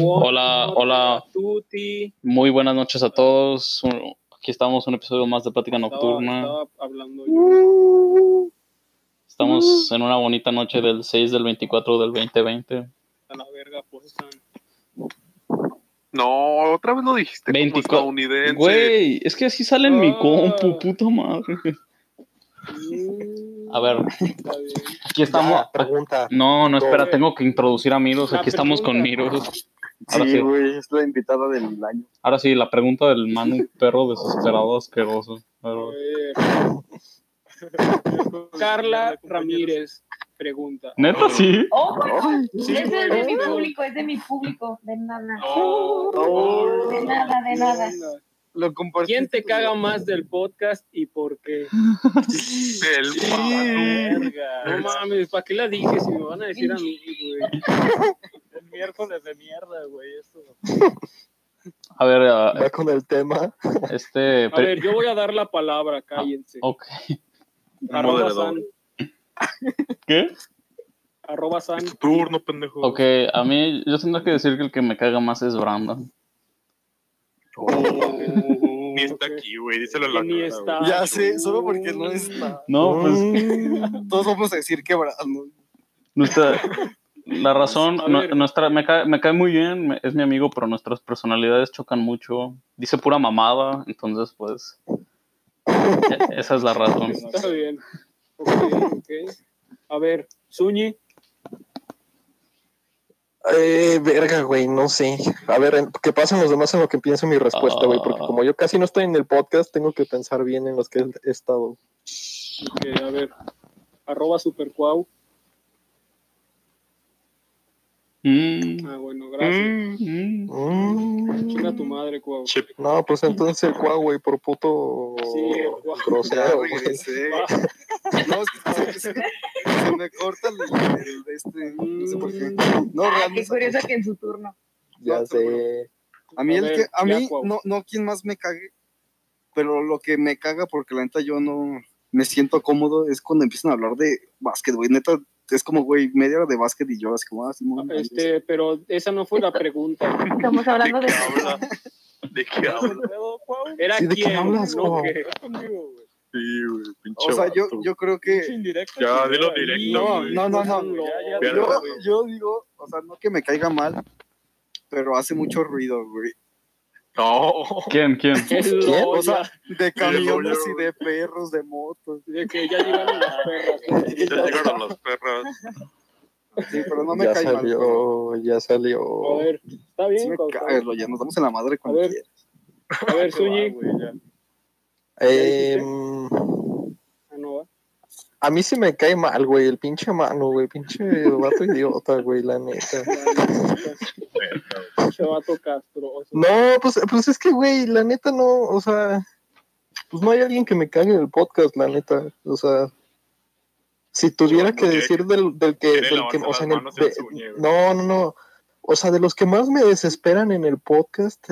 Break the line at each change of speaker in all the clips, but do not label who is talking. Hola, hola,
Tuti.
muy buenas noches a todos. Un- Aquí estamos, un episodio más de Plática
Estaba,
Nocturna.
estaba hablando yo.
Estamos
Uh.
en una bonita noche del 6 del 24 del 2020.
A la verga, pues están.
No, otra vez lo dijiste como
24.
estadounidense.
Güey, es que así sale en mi
Ah.
compu, puta madre. A ver,
Está bien.
aquí estamos.
Ya, pregunta.
No, no, espera,
No.
tengo que introducir a Miros.
La
Aquí estamos con
pregunta.
Miros. Ahora sí.
Sí, güey, es la invitada del año.
Ahora sí, la pregunta del Manu, perro desesperado, asqueroso.
A
Pero-
ver. Carla Ramírez pregunta.
Neta, sí.
Oh, bueno,
Sí,
es de, de mi
güey.
público, es de mi público, de nada.
No.
De nada, de nada.
Lo compartí.
¿Quién te caga más del podcast y por qué?
El Manu.
Verga. No mames, ¿para qué la dije si me van a decir a mí, güey? El miércoles de mierda, güey, esto.
A ver, ah,
Va con el tema.
este.
A ver, yo voy a dar la palabra, cállense.
Ah, Ok.
Arroba
moderador.
San,
¿Qué?
arroba San.
Es tu turno, pendejo.
Ok, a mí yo tendría que decir que el que me caga más es Brandon.
Ni está aquí, güey. Díselo a la
Ni
cara,
está.
güey.
Ya sé, solo porque no está.
No, pues
Mm. Todos vamos a decir que Brandon.
nuestra, la razón,
A
nu-
ver.
nuestra, me, cae, me cae muy bien, me- es mi amigo, pero nuestras personalidades chocan mucho. Dice pura mamada, entonces pues e- esa es la razón.
Está bien. Ok, ok. A ver, Zuñi,
Eh, verga, güey, no sé. A ver, en- que pasen los demás en lo que pienso mi respuesta, güey, porque
Ah.
como yo casi no estoy en el podcast, tengo que pensar bien en los que he estado.
ok, a ver. Arroba supercuau.
Mm,
Ah, bueno, gracias.
Mm,
mm.
Mm.
Chinga tu madre, cuau.
che,
No, pues entonces el cuau, güey, por puto
Sí, el cuau.
grosero. güey.
regresé.
Ah,
No, se, se- se- se me corta el, el- este. No sé por qué. No,
Ah,
realmente.
qué curioso que en su turno.
Ya sé.
A mí,
A
el
ver,
que, a
ya,
mí
Cuau.
no, no quien más me cague, pero lo que me caga, porque la neta yo no me siento cómodo, es cuando empiezan a hablar de básquet, güey. Neta, es como, güey, media hora de básquet y yo así como, ah, Simón,
Este, pero esa no fue la pregunta.
Estamos hablando
¿De
de.
qué habla? ¿De qué habla?
Era
Sí, ¿de
quién,
quién hablas,
no
Cuau?
qué.
Sí, güey, pinche
o sea, yo,
vato.
yo creo que.
Ya, dilo directo,
No,
güey.
no, no, no.
No, ya, ya,
Yo,
Pero-
yo digo, o sea, no que me caiga mal, pero hace mucho ruido, güey.
No.
¿Quién? ¿Quién?
Es lo-
¿Quién?
O sea,
ya,
de camiones
yo-
y de perros, de motos.
de que ya llegaron las perras.
Ya llegaron las perras.
Sí, pero no me
Ya
cae mal. pero
salió, ya salió.
A ver, está
sí
bien,
me
Cuau, está
cae,
bien.
lo- ya nos damos en la madre cuando
ver.
quieras.
A ver, Zuñi.
Eh,
Ah, no, va.
a mí sí me cae mal, güey, el pinche mano, güey, pinche vato idiota, güey, la neta.
Se va a tocar, pero. o sea,
No, pues, pues es que, güey, la neta no, o sea, pues no hay alguien que me cague en el podcast, la neta, o sea, si tuviera
Yo-
que
yo-
decir del, del que,
quiere
del
lavarse
que, o sea,
las
en el-
manos en
de-
su uña, güey.
no, no, no, o sea, de los que más me desesperan en el podcast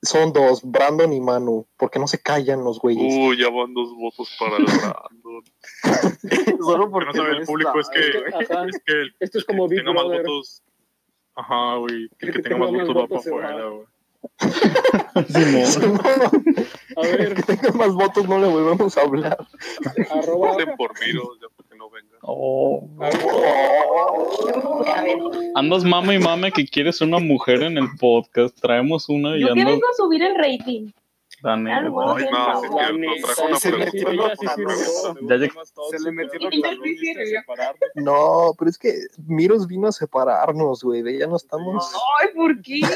son dos, Brandon y Manu, porque no se callan los güeyes.
Uy, ya van dos votos para el Brandon.
Solo
Porque no sabe el público, es
está,
que,
güey.
Ajá.
es que el
Esto es como
que
Big
tenga más
Brother.
votos. Ajá, güey. El que tenga más votos va para
se va.
afuera, güey.
Simón.
A ver,
que tenga más votos no le volvemos a hablar.
arroba.
Voten por mí, o sea, porque no venga.
Oh.
A ver,
Andas mame y mame que quieres una mujer en el podcast. Traemos una y
yo que
andas.
vengo a subir el rating.
La neta.
Algo.
Ay, no, sí, que nos trajo una
Se metió
pregunta.
la-
Ya lleg-
Se le metió la
Sí, sí, sí, sí.
No, pero es que Miros vino a separarnos, güey, ya no estamos...
Ay, ¿por qué?
Ya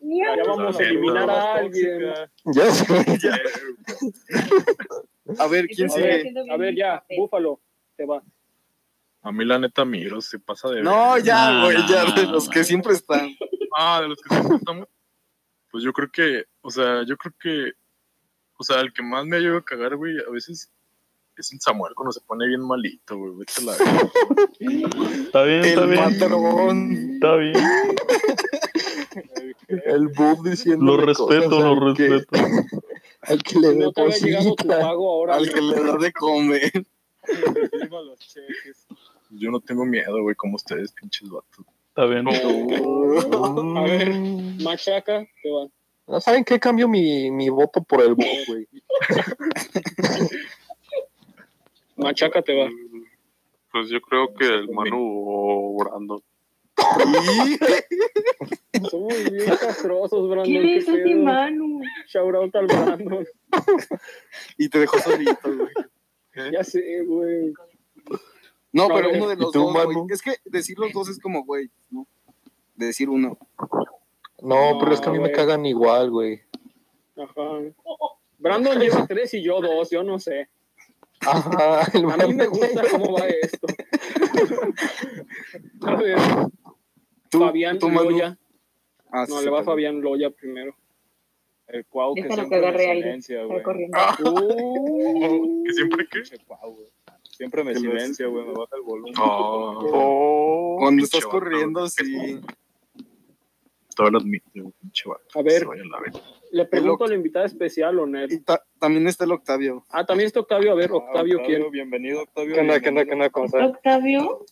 Mierda.
vamos a eliminar a alguien.
Ya sé,
Ya,
A ver, ¿quién
A ver,
sigue?
a ver, ya, Búfalo, te va.
A mí la neta miro, se pasa de...
No, ya,
No,
güey,
no,
ya,
no,
de
no,
los
no.
que siempre están.
Ah, de los que se estamos. Pues yo creo que, o sea, yo creo que, o sea, el que más me ha llegado a cagar, güey, a veces es el Samuel cuando se pone bien malito, güey. Vete a la
Está bien, está
El
bien.
patrón.
Está bien.
El boob diciendo.
Lo respeto, lo respeto.
Al que le
No te había llegado tu
deposita.
pago ahora.
Al que le da de comer.
güey. Firma los cheques.
Yo no tengo miedo, güey, como ustedes, pinches vatos.
Está bien.
A ver, machaca, te va.
¿No saben qué? Cambio mi, mi voto por el boob, güey.
Machaca te va.
Pues yo creo que el Manu o Brando.
Somos bien castrosos, Brandon.
¿Quién es ese
pedo?
Manu?
Shout out al Brandon.
Y te dejó solito, güey.
Ya sé, güey. No,
No, pero
güey.
uno de
¿Y
los
tú,
dos, güey.
Manu?
Es que decir los dos es como, güey, ¿no? De decir uno.
No,
No,
pero es que a mí
güey.
me cagan igual, güey.
Ajá. Brandon lleva tres y yo dos, yo no sé.
Ajá, el
A mí me
Brandon,
gusta
güey.
cómo va esto. A ver,
Tú,
Fabián
tú, Manu.
Loya.
Ah,
No,
sí,
le va
sí.
Fabián Loya primero. El Cuau que
Déjalo
siempre
que
me
agarre aire.
silencia,
Está
güey.
corriendo.
Uh,
¿Que siempre qué?
pinche Cuau, güey. Siempre me
Que lo es.
silencia, güey. Me baja el volumen.
No,
Oh,
Cuando estás
pinche vato,
corriendo,
güey.
sí.
todas las mitos, güey, pinche vato.
A ver.
Se vaya la verga.
Le pregunto a la invitada especial, Onet.
Y ta- también está el Octavio.
Ah, también está Octavio. A ver, Octavio, ¿quién?
Bienvenido, Octavio.
¿Qué onda, qué onda, qué onda? ¿Cómo
pues.
estás?
Octavio,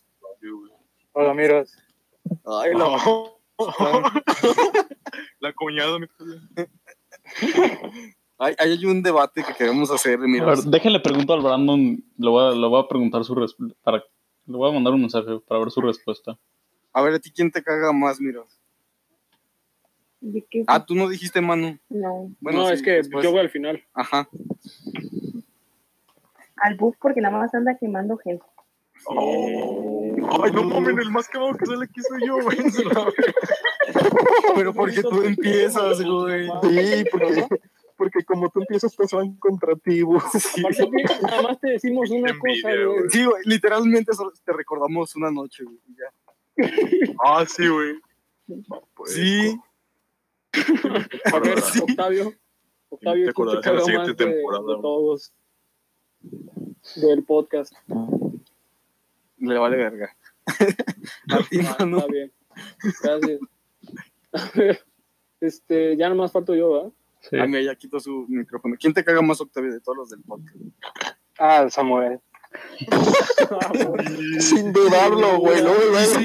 Hola, miras.
Ay, la-
No. Ah, La cuñada, mi
ay, ahí hay un debate que queremos hacer,
A
mira.
ver, déjenle pregunto al Brandon, le voy a, le voy a preguntar su respuesta. Le voy a mandar un mensaje para ver su respuesta.
A ver, a ti quién te caga más, mira.
¿de qué?
Ah, tú no dijiste, Manu.
No,
no,
sí,
es que
después.
yo voy al final.
Ajá.
al bus porque nada más anda quemando gente.
Ay, no mames, el más quemado que sale aquí soy yo, güey. Se la ve.
Pero porque tú empiezas, güey.
Sí, porque, porque como tú empiezas, todos van contra ti, güey.
Aparte que nada más te decimos una
Envidia,
cosa, güey.
güey.
Sí, güey, literalmente solo te recordamos una noche, güey. y ya.
Ah, sí, güey. Pues,
Sí,
A ver,
Sí.
Octavio. Octavio,
Te
¿quién te
acordarás de la
caga
siguiente
más de,
temporada,
de
güey.
todos? Del podcast.
le vale verga. A ti,
Ah,
Manu.
Está bien. Gracias. A ver, este, ya nomás falto yo, ¿verdad?
Ah, mira, ya quito su micrófono. ¿Quién te caga más, Octavio, de todos los del podcast?
Ah, el Samuel.
Sin dudarlo, güey. luego, luego.
pues,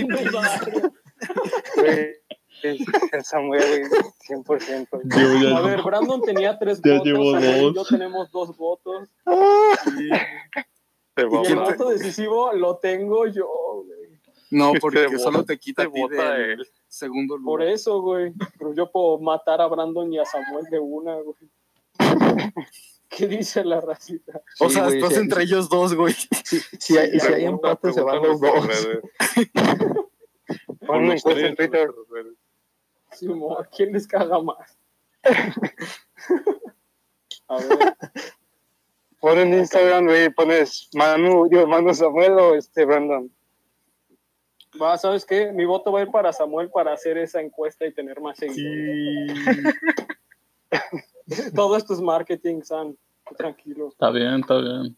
Güey, es- el Samuel, güey, 100%.
Yo ya-
A ver, Brandon tenía tres
Ya
votos.
llevo
Samuel y
dos.
Yo tenemos dos votos.
te
¿Y
va
Y el
quién
a
te-
voto decisivo lo tengo yo, güey.
No,
Te
porque
bota-
solo te quita
te
a ti
bota
del
él.
segundo lugar.
Por eso, güey. Pero yo puedo matar a Brandon y a Samuel de una, güey. ¿Qué dice la racita?
O
Sí,
sea,
güey,
estás
sí,
entre ellos dos, güey.
Si hay, si hay
Pregunta-
empate, se van los
pregunta en
dos.
nuestras redes.
Pon una encuesta en Twitter.
Simón, ¿a quién les caga más? A ver,
Pon en Instagram, güey, pones Manu, digo, Manu Samuel o este Brandon.
va, ¿sabes qué? Mi voto va a ir para Samuel para hacer esa encuesta y tener más seguidores. Todo esto es marketing, Sam. Tú Tranquilo.
Está bien, está bien.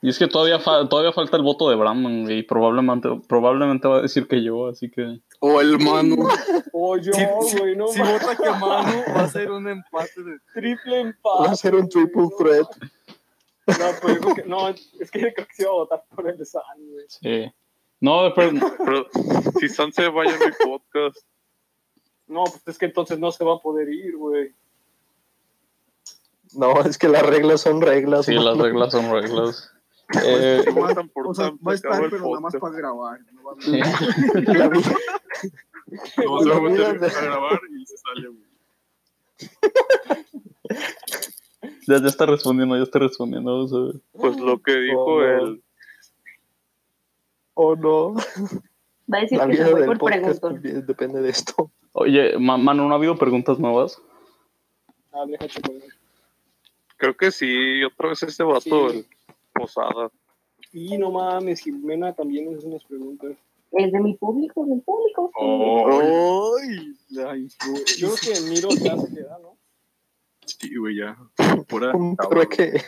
Y es que todavía, fa- todavía falta el voto de Brandon, güey, y probablemente, probablemente va a decir que yo, así que...
O el Manu.
O Oh, yo,
Si, si-
güey, no
si
más.
vota que Manu, va a ser un empate. De...
Triple
Va
empate.
a ser un triple
güey.
threat.
No, pues yo creo que, no, es que creo que se iba a votar por el Sam, güey.
Sí. No, pero...
Pero si San se vaya a mi podcast,
No, pues es que entonces no se va a poder ir, güey.
No, es que las reglas son reglas.
Sí,
¿no?
las reglas son reglas. Eh,
Pues, si votan por
O sea,
San,
va a
se acaba
estar,
el
pero nada más
podcast.
para grabar. no va a-
sí.
La vida-
No, se va a meter a grabar y se sale, güey.
Ya, ya está respondiendo, ya está respondiendo. o sea,
Pues lo que dijo
Oh, no.
el
o Oh, no.
Va a decir
La
que
vida
se voy
del
por
podcast
preguntón.
también depende de esto.
Oye, Ma- Manu, ¿no ha habido preguntas nuevas?
Ah, déjate con él.
Creo que sí, otra vez este vato,
Sí.
el Posada.
Y no mames, Jimena también es unas preguntas.
Es de mi público, del público.
Ay, la
Yo creo que Miro ya se queda, ¿no?
Sí, güey, ya. Pura.
Un trueque.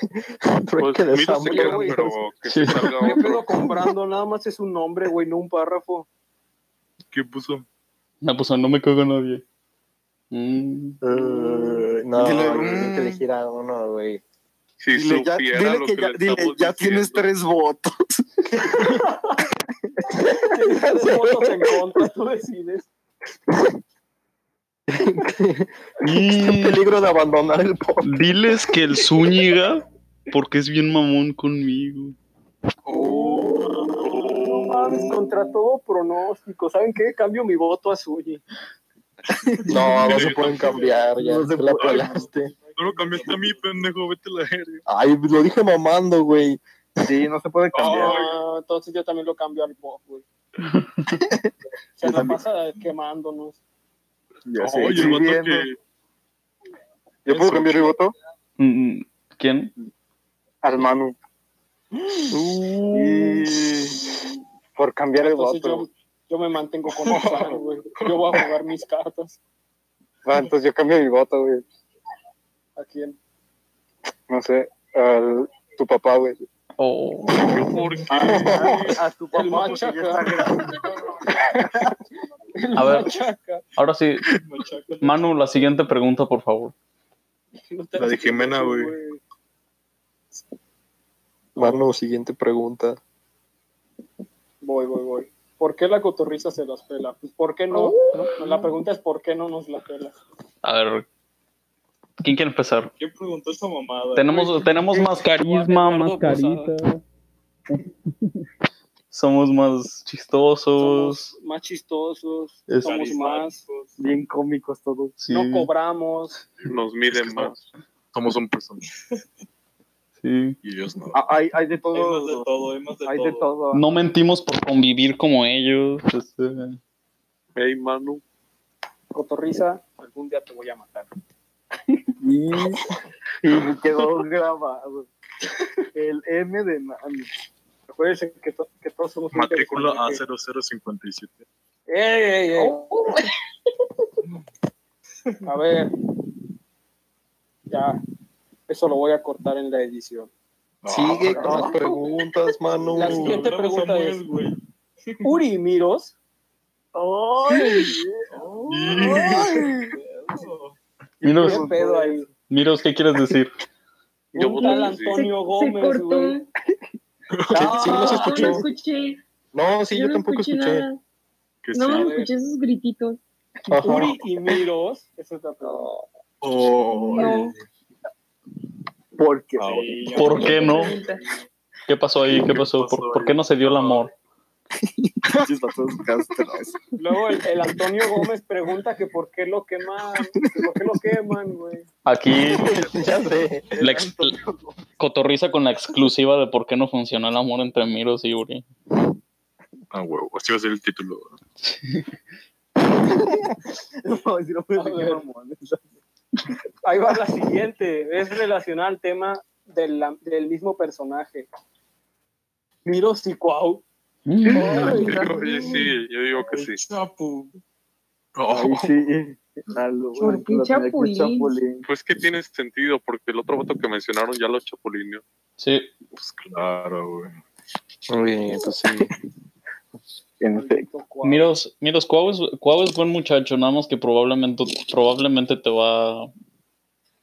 Pues
Un trueque de Eh,
mira, se queda,
Samuel.
pero que se salga
¿Qué
otro.
pedo comprando? Nada más es un nombre, güey, no un párrafo.
¿Qué puso?
No, pues no me cago en nadie. Mm.
Eh, no,
Dile,
yo
mm.
creo que elegir a uno, güey.
Si
Dile, ya,
supiera
dile
lo
que
que,
ya,
le
dile,
estamos
ya tienes
diciendo.
tres votos.
Tienes votos en contra, tú decides.
Está en
Mm,
peligro de abandonar el podcast.
Diles que el Zúñiga, porque es bien mamón conmigo.
No mames, contra todo pronóstico. ¿Saben qué? Cambio mi voto a Suyi.
No, no se pueden cambiar, ya.
No se
te la
puede.
pelaste.
No lo cambiaste a mí, pendejo, vete a la verga.
Ay, lo dije mamando, güey.
Sí, no se puede cambiar.
Ah, entonces yo también lo cambio al Bob, güey. Se la pasa quemándonos.
Ya sé,
Oye, el vato
escribiendo.
que.
¿Yo puedo cambiar mi voto?
Mm, ¿Quién?
Al Manu.
Y-
Por cambiar el
Entonces
voto.
yo, yo me mantengo con el plan, güey. Yo voy a jugar mis cartas.
Ah, entonces yo cambio mi voto, güey.
¿A quién?
No sé. al- tu papá, güey.
Oh.
¿Por qué?
Ah.
A tu
El
papá, porque ya está
machaca. El
A ver.
machaca.
Ahora sí,
Machaca.
Manu, la siguiente pregunta, por favor.
No te
La de Jimena, güey.
Manu, siguiente pregunta.
Voy, voy, voy. ¿Por qué la cotorriza se las pela? Pues, ¿por qué no? No, La pregunta es ¿por qué no nos la pela?
A ver, ¿quién quiere empezar?
¿Qué preguntó esta mamada?
Tenemos, tenemos más carisma, más
pues,
carita. Somos más chistosos.
Somos más chistosos,
Es-
somos más,
bien cómicos todos.
Sí,
no cobramos.
Nos
Es que
miden más.
Somos un personaje
sí.
y ellos no.
Ah, Hay, hay de todo.
todo, hay más de
Hay de todo.
No mentimos por convivir como ellos. este,
Hey, Manu.
Cotorriza, algún día te voy a matar.
Y, y quedó grabado. El M de Nani.
Acuérdense que, to- que todos somos un
Matrícula
personaje.
A0057.
¡Ey, ey, ey!
Oh,
A ver. Ya. Eso lo voy a cortar en la edición.
Sigue con las preguntas, Manu.
La siguiente pregunta es,
güey.
Uri Miros.
¡Ay!
Miros,
¿Qué pedo ahí?
Miros, ¿qué quieres decir?
Yo
un
voto
tal
que sí.
Se,
Antonio
se
Gómez,
cortó.
güey.
sí, no se
Ah,
escuchó.
no escuché.
No, sí, yo,
no
tampoco escuché.
nada.
Que
No,
sí.
no escuché esos grititos.
Ajá.
Uri y Miros. Esa es la pregunta.
Oh,
No.
Porque
Ah,
sí.
güey.
¿Por qué no? ¿Qué pasó ahí? ¿Qué
¿Qué
pasó?
pasó
¿Por,
ahí?
por qué no se dio el amor?
pinches vatos castros.
Luego el, el Antonio Gómez pregunta que por qué lo queman, que por qué lo queman, güey.
Aquí
ya sé.
la ex- cotorriza con la exclusiva de por qué no funcionó el amor entre Miros y Uri.
Ah, huevo. Así va a ser el título.
No, si no
A
puedes decir
ver.
mamones.
Ahí va la siguiente, es relacionada al tema del, la- del mismo personaje. Miros y Cuau.
Oye, sí, yo digo que sí.
Chapu.
Ay,
Oh.
sí. Lalo,
Por
güey,
qué
la tenía que
chapulín.
chapulín.
Pues que tiene sentido, porque el otro voto que mencionaron ya lo chapulineó.
Sí,
Pues claro, güey.
Muy bien, entonces sí.
En efecto.
Maldito Cuau.
Miros, Miros, Cuau es, Cuau es buen muchacho, nada más que probablemente, probablemente te va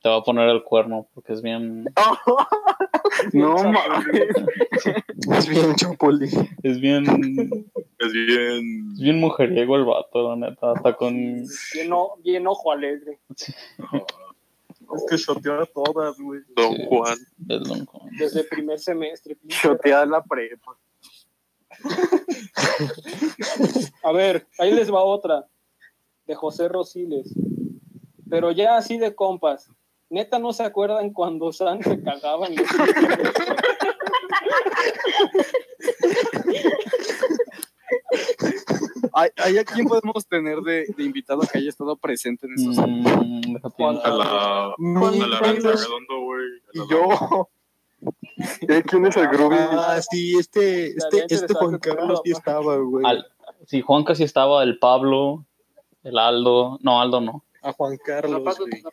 te va a poner el cuerno, porque es bien,
No mames.
Es bien chapulín.
es bien,
Es bien.
es bien mujeriego el vato, la neta, hasta con,
Bien, o- bien ojo alegre.
Es que shoteó a todas, güey.
Don
Sí.
Juan.
es loco.
Desde primer semestre. pinche
Chotear la prepa.
A ver, ahí les va otra. De José Rosiles. Pero ya así de compas. Neta, ¿no se acuerdan cuando San se cagaba en los
¿Hay, hay a quién podemos tener de, de invitado que haya estado presente en esos
Mm, déjate.
Juan-
A la.
Ah,
No,
A la Aranza Redondo, güey. A la-
y yo.
¿Eh, ¿Quién es el Groovy?
Ah, sí, este,
Estaría
este, este Juan
interesante
Carlos sí estaba, güey.
Al- sí, Juan casi estaba, el Pablo, el Aldo, no, Aldo no,
A Juan Carlos, güey.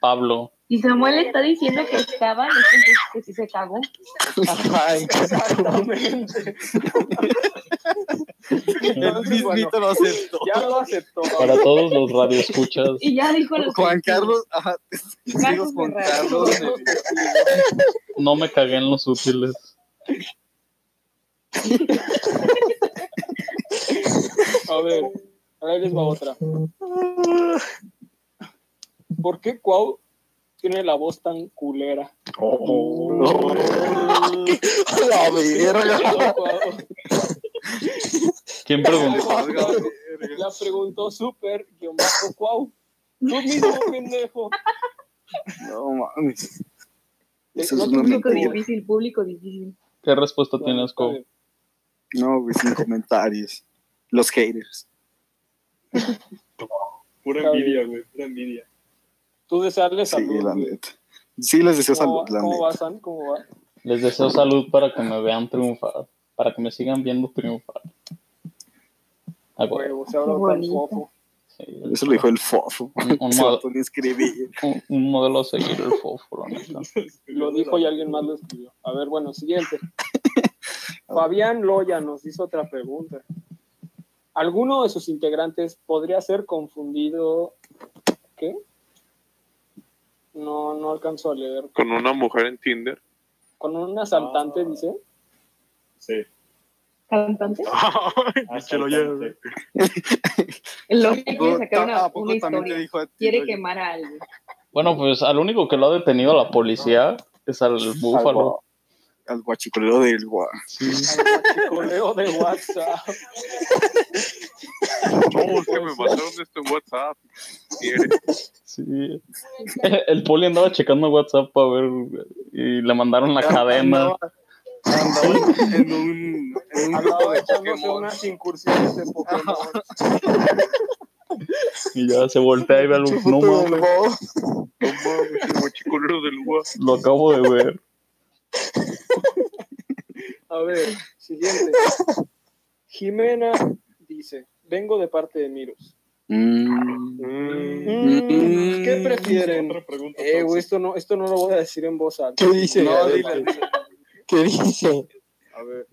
Pablo,
Si Samuel está diciendo que estaban, es que entonces que sí se cagó.
Ajá,
Exactamente.
El
Entonces, bueno,
mismito lo aceptó.
ya lo aceptó.
Para todos los radioescuchas,
Y ya dijo los
Juan Carlos, ajá, sigo
Carlos
con
Ferrari.
Carlos.
no me cagué en los útiles.
A ver, ahora les va otra. ¿Por qué Cuau tiene la voz tan culera?
Oh,
la verga.
Cuau.
¿Quién preguntó?
La preguntó Super, guión bajo Cuau. Tú mismo, pendejo.
No mames. Eso es
No
una
te
Público
mentira.
difícil, público difícil.
¿Qué respuesta
preocupes.
tienes, Cob?
No, güey, sin comentarios. Los haters.
Pura
Está
envidia, güey, pura envidia.
Tú desearle
Sí,
salud.
la
güey.
neta. Sí, les deseo
¿Cómo,
salud,
va-
la
cómo
neta.
va, San? ¿Cómo va?
Les deseo salud para que me vean triunfar, para que me sigan viendo triunfar. Ah, güey,
Huevo, se habla
Qué
tan
bonito.
fofo.
sí,
Eso lo dijo el fofo.
un, un
Se va
mod-
a poner a escribir.
un- un modelo a seguir el fósforo, neta.
Lo dijo y alguien más lo escribió. A ver, bueno, siguiente. Fabián Loya nos hizo otra pregunta. ¿Alguno de sus integrantes podría ser confundido? ¿Qué? No, no alcanzo a leer.
Con una mujer en Tinder.
¿Con un asaltante, dice?
Sí.
Cantante.
Pinche lo lleva.
El loco quiere sacar
¿A
una,
poco
una
también te
historia.
dijo a ti?
Quiere
oye?
quemar a alguien.
Bueno, pues al único que lo ha detenido la policía es al
Al,
búfalo.
gua- al guachicolero del gua.
Al correo de WhatsApp.
No, es que
Pues,
me mandaron esto en WhatsApp. Quiere.
Sí. El poli andaba checando WhatsApp para ver y le mandaron la cadena.
Andaba- andaba en un, en un grupo
Andaba
de
echándose
Pokémon.
unas incursiones de Pokémon.
Y ya se voltea y ve al
Pinche
búfalo. No, mames,
puto del bobo.
No mames, el guachicolero del UA.
lo acabo de ver.
A ver, siguiente. Jimena dice, vengo de parte de Miros.
Mm.
Mm, ¿Qué prefieren?
Otra pregunta.
Eh, güey, esto no, esto no lo voy a decir en voz alta.
¿Qué dice?
No,
A ver,
dile, dile.
¿Qué dice?
A ver,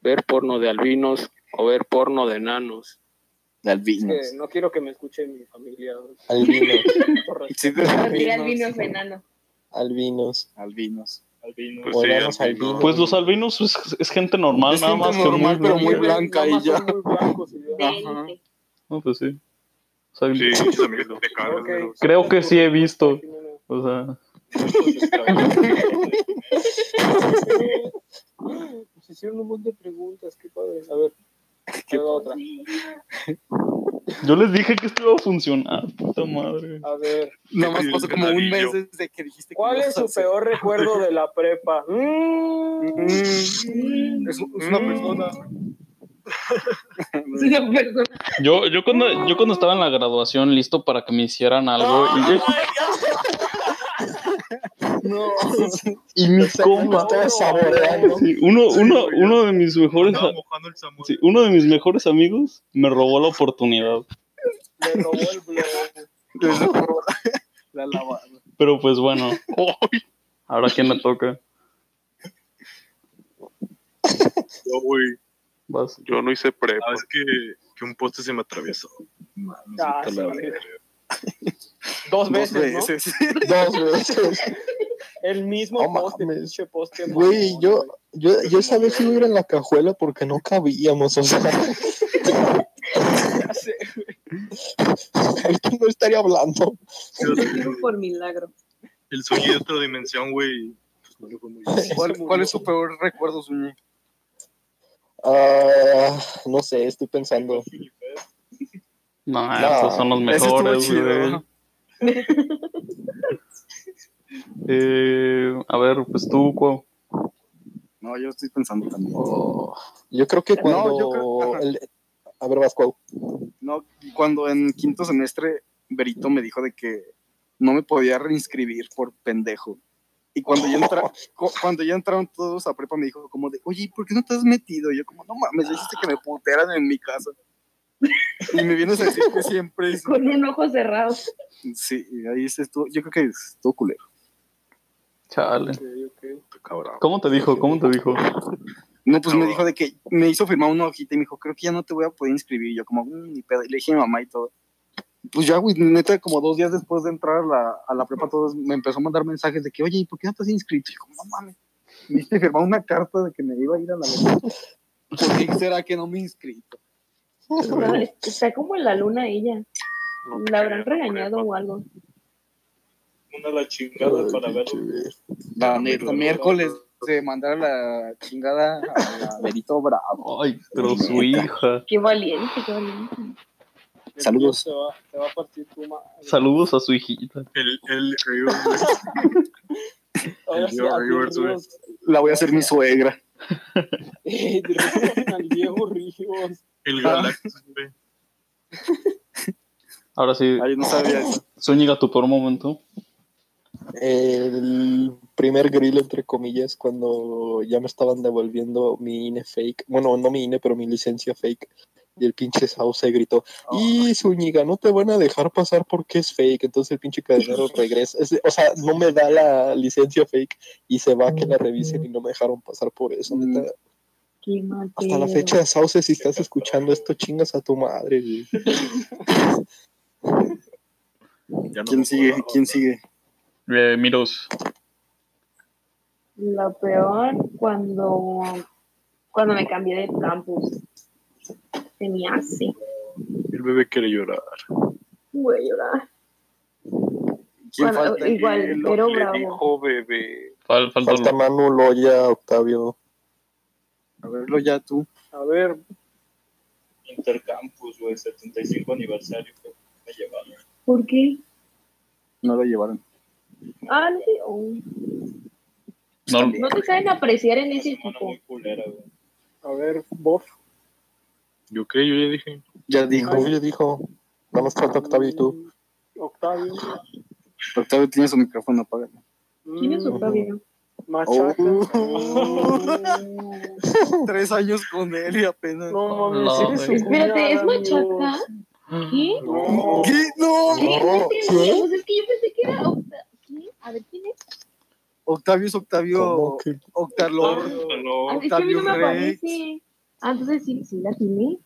Ver porno de albinos o ver porno de enanos.
albinos.
Eh, no quiero que me escuche mi familia. güey.
Albinos.
Por respeto.
Sí, de
Mira el vino
albinos.
enano.
Albinos.
Albinos.
Albino.
Pues
O
sí,
enanos
al fin,
albinos.
¿no?
Pues los albinos es, es gente normal,
Es
nada
gente
más que
normal,
muy
pero muy
blanca.
blanca
Nada
y
más
ya.
son muy blancos y ya.
De
Ajá.
élite.
No, pues sí. O sea,
Sí, también te cagas,
Ok.
pero-
Creo que sí he visto. O sea,
Nos Pues hicieron un montón de preguntas, qué padre. A ver, ahí va otra.
yo les dije que esto iba a funcionar, puta madre.
A ver,
Nada más
Sí,
pasó
el
como un
ganadillo.
mes desde que dijiste que
¿cuál
ibas
es
a
su
hacer.
peor recuerdo de la prepa? Mm.
Mm. Es, es una persona.
Es una persona.
Yo, yo cuando, yo cuando estaba en la graduación listo para que me hicieran algo
¡Ah, No.
y, y mi
Lo
compa,
estaba saboreando.
sí, uno, uno, uno de mis mejores,
Estaba mojando el Samuel.
sí, uno de mis mejores amigos me robó la oportunidad.
Me robó el blog.
Desde por- la lavada.
Pero pues bueno, ahora quién me toca.
Yo, güey.
Vas.
Yo no hice prepa.
Sabes Ah, que, que un poste se me atravesó.
Ah,
Te
sí.
la verga.
Dos
Dos
veces, ¿no?
veces.
Dos veces.
El mismo
No
poste,
mames.
pinche poste.
Güey,
mamón,
yo, yo, yo esa vez iba a ir en la cajuela porque no cabíamos, o sea.
güey. Ya sé.
Ahorita no estaría hablando.
Por milagro.
El sueño de otra dimensión, güey. Pues no le fue muy bien.
¿Cuál, cuál es su peor recuerdo, Zuñi?
Ah, no sé, estoy pensando.
No,
No,
esos son los
ese estuvo
mejores,
chido.
güey. Eh, a ver, pues tú, Cuau.
No, yo estoy pensando también.
Oh, yo creo que cuando.
yo creo- ajá.
el- a ver, Vasco.
No, cuando en quinto semestre Berito me dijo de que no me podía reinscribir por pendejo. Y cuando ya, entra- cu- cuando ya entraron todos a prepa me dijo como de, oye, ¿por qué no te has metido? Y yo como, no mames, ya hiciste que me putearan en mi casa. Y me vienes a decir que siempre es.
con un ojo cerrado.
Sí, ahí se estuvo. Yo creo que estuvo culero.
Chale.
Ok, ok.
Cabrón.
¿Cómo te dijo? ¿Cómo te dijo?
No, pues me
Cabrón.
dijo de que me hizo firmar una hojita y me dijo, creo que ya no te voy a poder inscribir. Y yo, como, "Mm, ni pedo. Y le dije a mi mamá y todo. Pues ya, güey, neta, como dos días después de entrar a la, a la prepa, todos me empezó a mandar mensajes de que, oye, ¿y por qué no estás inscrito? Y yo, como, no mames. Me hice firmar una carta de que me iba a ir a la verga. ¿Por qué será que no me he inscrito?
Está como en la luna ella.
No
La habrán
creo,
regañado
güey.
o algo.
Una la chingada para ver.
La neta, miércoles se mandara la chingada a Berito Bravo.
Ay, pero su hija.
Qué valiente, qué valiente.
Saludos.
Te va, te va a partir tu madre.
Saludos a su hijita.
El, el River, güey.
Ahora sí,
Yo,
a ti,
Rivers, güey.
Ríos.
La voy a hacer mi suegra.
Ey, directo Eh, al Diego Ríos.
el Galactus, güey.
Ahora sí,
Ay, no sabía eso.
Zúñiga, tu peor momento.
El primer grill, entre comillas, cuando ya me estaban devolviendo mi INE fake. Bueno, no mi INE, pero mi licencia fake. Y el pinche Sauce gritó, y Zúñiga, no te van a dejar pasar porque es fake. Entonces el pinche cadenero regresa. Es de- o sea, no me da la licencia fake y se va a que la revisen y no me dejaron pasar por eso.
Mm.
neta.
Qué mal
Hasta la
pedo.
fecha, Sauce, si estás escuchando esto, chingas a tu madre. güey.
Ya no
¿Quién
me
sigue?
acordaba.
¿Quién sigue?
Eh, Miros.
Lo peor cuando, cuando me cambié de campus. Tenía así.
El bebé quiere llorar.
Voy a llorar.
¿Quién
Bueno,
falta?
igual,
El-
pero
Le
bravo.
dijo bebé.
Fal- falta
Falta Manu, Loya, Octavio.
A verlo ya tú.
A ver,
Intercampus, güey, 75 aniversario que me llevaron.
¿Por qué?
No lo llevaron.
Ah, no, sé, oh,
no,
no te saben apreciar en ese
Una
equipo.
muy culera, güey.
a ver, Bob.
Yo qué, yo ya dije.
Ya dijo.
Obvio dijo, nada más falta Octavio y tú.
Mm, Octavio.
Octavio tiene su micrófono apagado.
¿Quién es
Mm,
Octavio?
Machaca.
Oh.
Tres años con él y apenas.
No
No,
mames, eres su
güey.
Espérate, ¿es
cuñada,
Machaca?
amigos.
¿Qué?
No.
¿Qué? No.
¿Qué? No te
¿qué?
entiendo, pues es que yo pensé que era Octa- ¿Qué? A ver, ¿quién es?
Octavio es Octavio.
¿Cómo que?
Octalor.
Ah,
No,
es que a mí no me
Octavio
aparece. Ah, entonces sí, sí la tiene.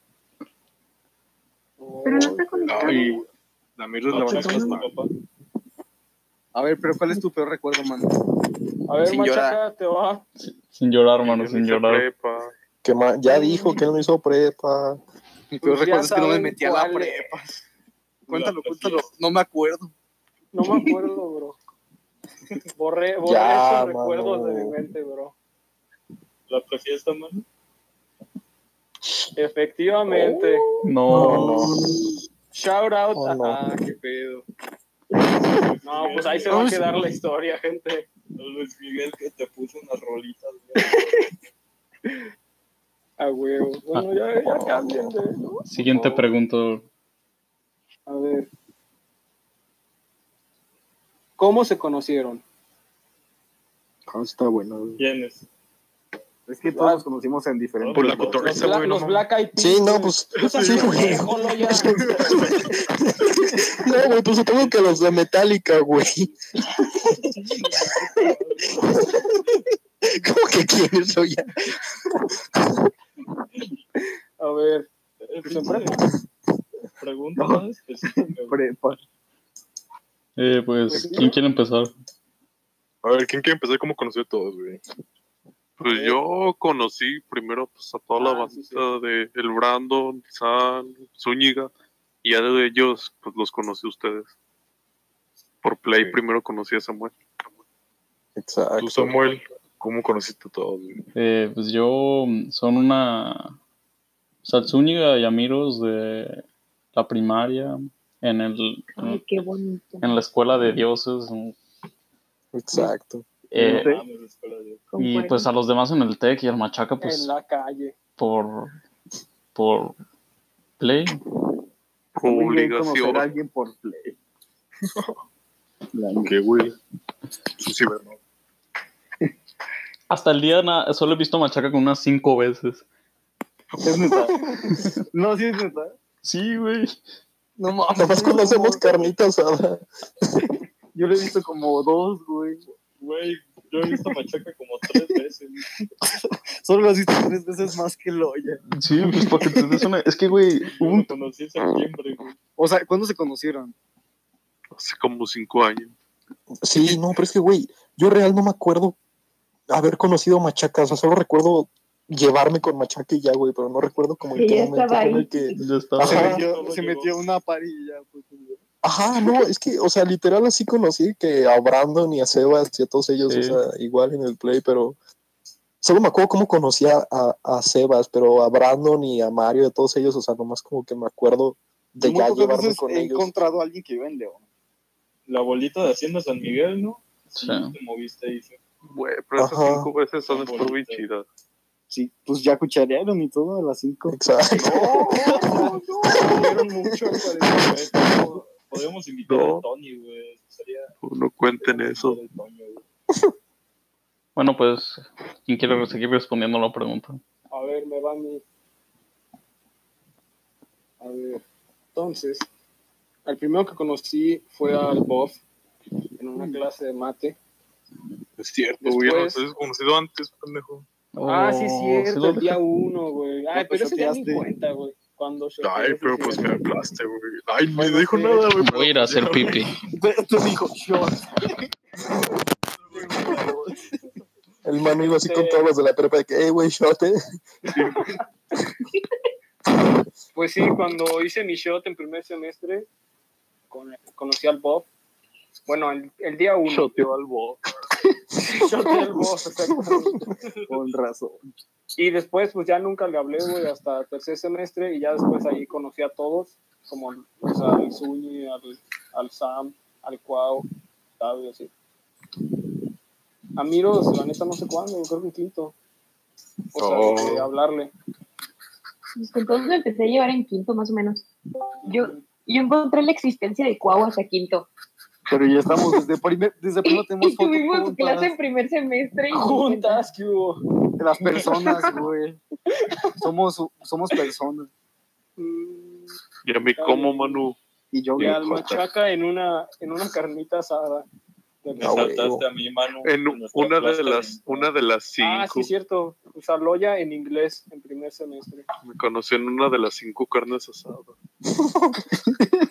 Pero no está conectado.
No, y la Miros la van a
Machaca es tu
casar.
papá.
A ver, pero ¿cuál es tu peor recuerdo, mano?
A ver,
Sin
Machaca,
llorar.
te va.
sin llorar, mano, sin
hice
llorar.
prepa.
Que ma- ya dijo que él no hizo prepa.
Mi peor
Pues ya
recuerdo es que no me
saben
metí a la
cuál es.
prepa. Cuéntalo,
La prepa.
cuéntalo. No me acuerdo.
No me acuerdo, bro. Borré, borré
Ya,
esos recuerdos
mano.
de mi mente, bro.
La prefiesta, mano.
Efectivamente.
No,
No,
Shout out.
Oh, no.
Ah, qué pedo. No, pues ahí se va a
Vamos.
quedar la historia, gente.
El Luis Miguel que te puso unas rolitas, güey.
A huevo. Bueno, ya, ya cambien de.
Siguiente pregunta.
A ver. ¿Cómo se conocieron?
Ah, está bueno.
¿Quiénes?
Es que todos nos conocimos en diferentes.
Por la
Los,
cotorriza,
Bla-
güey. no
los
mames.
Black Eyed Peas.
Sí, no, pues. Sí, güey.
Déjalo ya.
No, güey, pues supongo que los de Metallica, güey. ¿Cómo que quieres oye?
A ver. Pues en prepa.
Pregunta Pues,
No.
más específica, güey.
Prepa.
Eh, pues, ¿quién quiere empezar?
A ver, ¿quién quiere empezar? ¿Cómo conoció a todos, güey?
Pues yo conocí primero pues, a toda la
Ah,
banda
sí, sí.
de El Brandon, San, Zúñiga, y ya de ellos pues los conocí a ustedes. Por Play
Sí.
primero conocí a Samuel.
Exacto.
Tú, Samuel, ¿cómo conociste a todos, güey?
Eh, pues yo mm, son una Satsúñiga y Amiros de la primaria en el
Ay, qué bonito.
en la escuela de dioses mm,
Exacto.
eh,
Sí.
Mames, escuela de-
y pues a los demás en el Tec y al Machaca
En
pues
la calle.
por por play
Muy bien conocer a
Obligación.
alguien por play.
¿Qué, güey? Su ciberno.
hasta el día na- solo he visto a Machaca con unas cinco veces
Es neta. No, sí es neta.
Sí, güey.
No mames.
Nada más conocemos carnita asada.
Yo lo he visto como dos, güey.
Güey, yo he visto Machaca como tres veces.
Solo lo has visto tres veces más que Loya.
Sí, pues para que te des una. Es que, güey,
Yo
hubo
lo
un-
conocí en septiembre, güey.
O sea, ¿cuándo se conocieron?
Hace como cinco años.
Sí, no, pero es que, güey, yo real no me acuerdo haber conocido Machaca. O sea, solo recuerdo llevarme con Machaca y ya, güey, pero no recuerdo como en
Que
qué
ya
momento
estaba
fue en
ahí.
el que...
ya estaba.
Ajá.
Se
Ah,
metió,
todo
se
llegó.
metió una parilla. Pues, güey.
Ajá, no, es que, o sea, literal así conocí que a Brandon y a Sebas y a todos ellos,
Sí.
o sea, igual en el play, pero solo me acuerdo cómo conocí a, a- a Sebas, pero a Brandon y a Mario y a todos ellos, o sea, nomás como que me acuerdo de
Muy
ya
pocas
llevarme
veces eh,
con
he
ellos.
encontrado a alguien que vive en León.
La bolita de Hacienda San Miguel, ¿no?
Sí.
Te moviste ahí.
Güey, pero esas
Ajá.
cinco veces son
Qué
por bien
bonito.
chidas.
Sí, pues ya cucharearon y todo a las cinco.
Exacto.
Comieron mucho, al parecer, güey. Como- Podríamos invitar
No.
a Tony, güey. Eso Sería
No cuenten eso.
de Toño, güey.
Bueno, pues, ¿quién quiere seguir respondiendo la pregunta?
A ver, me va mi. A ver. Entonces, el primero que conocí fue al Bob en una clase de mate.
Es cierto, güey. Ya
Después-
nos habías conocido antes, pendejo.
ah, sí,
Oh,
cierto,
lo
el día uno, güey. Ay,
Cuando
pero ese día ni
shoteaste.
cuenta, güey. Cuando yo.
Ay, pero pues me hablaste, güey. Ay, ni
Bueno,
dijo
sí.
nada, güey.
Voy a ir a hacer
Ya, güey.
pipi.
Entonces dijo, yo.
El mano iba así con todos los de la prepa de que, hey, güey, shote.
Pues sí, cuando hice mi shot en primer semestre, con- conocí al Bob. Bueno, el, el día uno.
Shoteó al boss.
Shoteé al Bob, exactamente.
Con razón.
Y después, pues ya nunca le hablé, güey, hasta tercer semestre. Y ya después ahí conocí a todos, como pues, al Zuni, al, al Sam, al Cuau, Octavio, así. A Miros, la neta, no sé cuándo, creo que en quinto. O sea, de que hablarle.
Pues, Entonces me empecé a llevar en quinto, más o menos. Yo, yo encontré la existencia de Cuau hasta quinto.
Pero ya estamos desde primer, desde
Y,
primero tenemos
y
fotos
tuvimos
juntas.
clase en primer semestre. y-
Juntas, que hubo.
de las personas, güey. Somos, somos personas.
Mm,
Ya me como, Manu.
Y yo,
Y
Ya,
al machaca en una, en una carnita asada.
Me
Ah, güey,
saltaste
güey.
a mí, mano.
En
con nuestra
una de
plasta
las,
mental.
una de las
Ah, sí,
cinco.
cierto. Usaloya en inglés en primer semestre.
Me conoció en una de las cinco carnes asadas.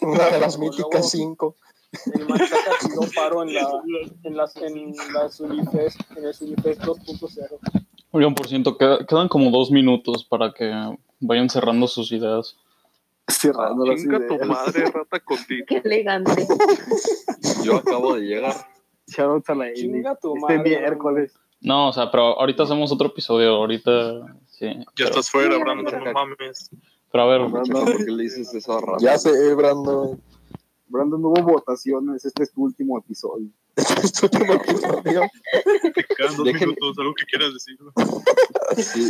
Una de las
Con la
míticas
voz.
cinco.
El machaca tiró paro en la, en las, en las Unifest, en el Unifest 2.0.
Oigan, por ciento, queda- quedan como dos minutos para que vayan cerrando sus ideas.
Ah,
cerrando las
Chinga tu
ideas.
madre, rata cotita.
Qué elegante.
Yo acabo de llegar.
Shoutouts a la Eli.
Chinga tu
Este
madre.
miércoles.
No, o sea, pero ahorita hacemos otro episodio, ahorita sí.
Ya
pero,
estás fuera,
Sí,
Brandon, no
machaca.
mames.
pero a ver,
Brandon, ¿por qué le dices eso a Ramón?
Ya sé, Brandon.
Brandon, no hubo votaciones. Este es tu último episodio.
Es tu último episodio.
Te quedan dos
Dejen-
minutos, algo que quieras decir. güey.
Sí,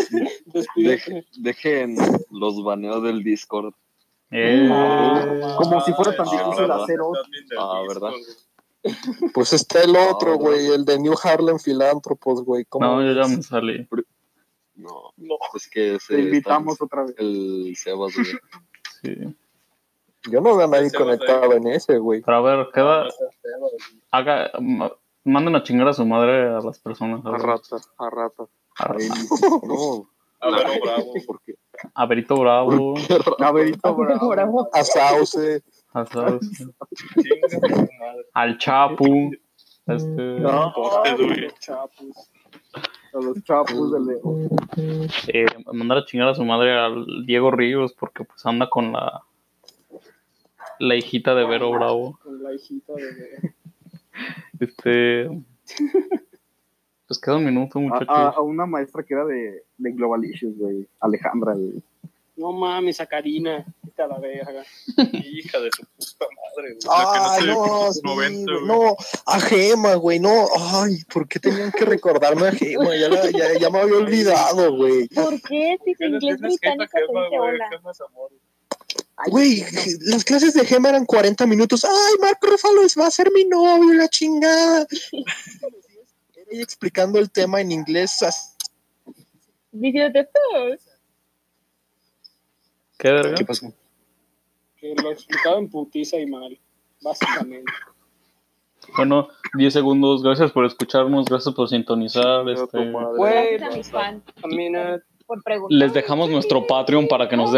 Despídete.
dejen los baneos del Discord.
eh,
Como si fuera tan
Ah,
difícil
¿verdad?
hacer otro.
Admin del
Ah,
Discord,
¿verdad?
güey.
Pues está el otro,
Ahora.
güey, el de New Harlem Philanthropos, güey. ¿cómo
no, yo ya
ves?
me salí.
No,
No.
es que se
Te invitamos otra vez.
el Sebas, güey.
Sí.
Yo no veo a nadie
Ese va a ser.
conectado en ese, güey.
Pero a ver, queda, haga, ma- manden a chingar a su madre a las personas. A,
A
ver.
rata, a rata.
A-
No,
Ah,
A ver, bravo.
¿por qué?
a Berito Bravo,
Gaberito Bravo.
Bravo.
A Sauce.
a Sauce,
Chinga tu madre.
al Chapu, este,
Te doy.
Chapus.
A los chapos de Leo.
eh, mandar a chingar a su madre al Diego Ríos porque pues anda con la la hijita de Vero Bravo.
Con la hijita de...
Este. Pues queda un minuto,
A,
muchachos.
a- a una maestra que era de, de Global Issues, güey. Alejandra. güey.
No mames, a Karina. Vete a la verga.
Hija de su puta madre, güey.
Ah,
que no se-
no, sí,
90,
güey,
güey.
no, a Gema, güey, no, ay, ¿por qué tenían que recordarme a Gema? Ya, la- ya, ya me había olvidado, güey.
¿Por qué? Si tu
¿Qué le
inglés
tienes que
británico
hacer,
te
Gemma,
dice
güey?
hola.
Gemma es amor.
Güey, las clases de Gema eran 40 minutos. Ay, Marco Ruffalo es- va a ser mi novio, la chingada. Era ahí explicando el tema en inglés. as-
Diciéndote tú.
¿Qué verga?
¿Qué pasó?
que lo explicaba en putiza y mal, básicamente.
Bueno, 10 segundos. Gracias por escucharnos. Gracias por sintonizar. este,
Güey,
Gracias a mi fan
I mean, uh,
por preguntar.
les dejamos nuestro Patreon para que nos den.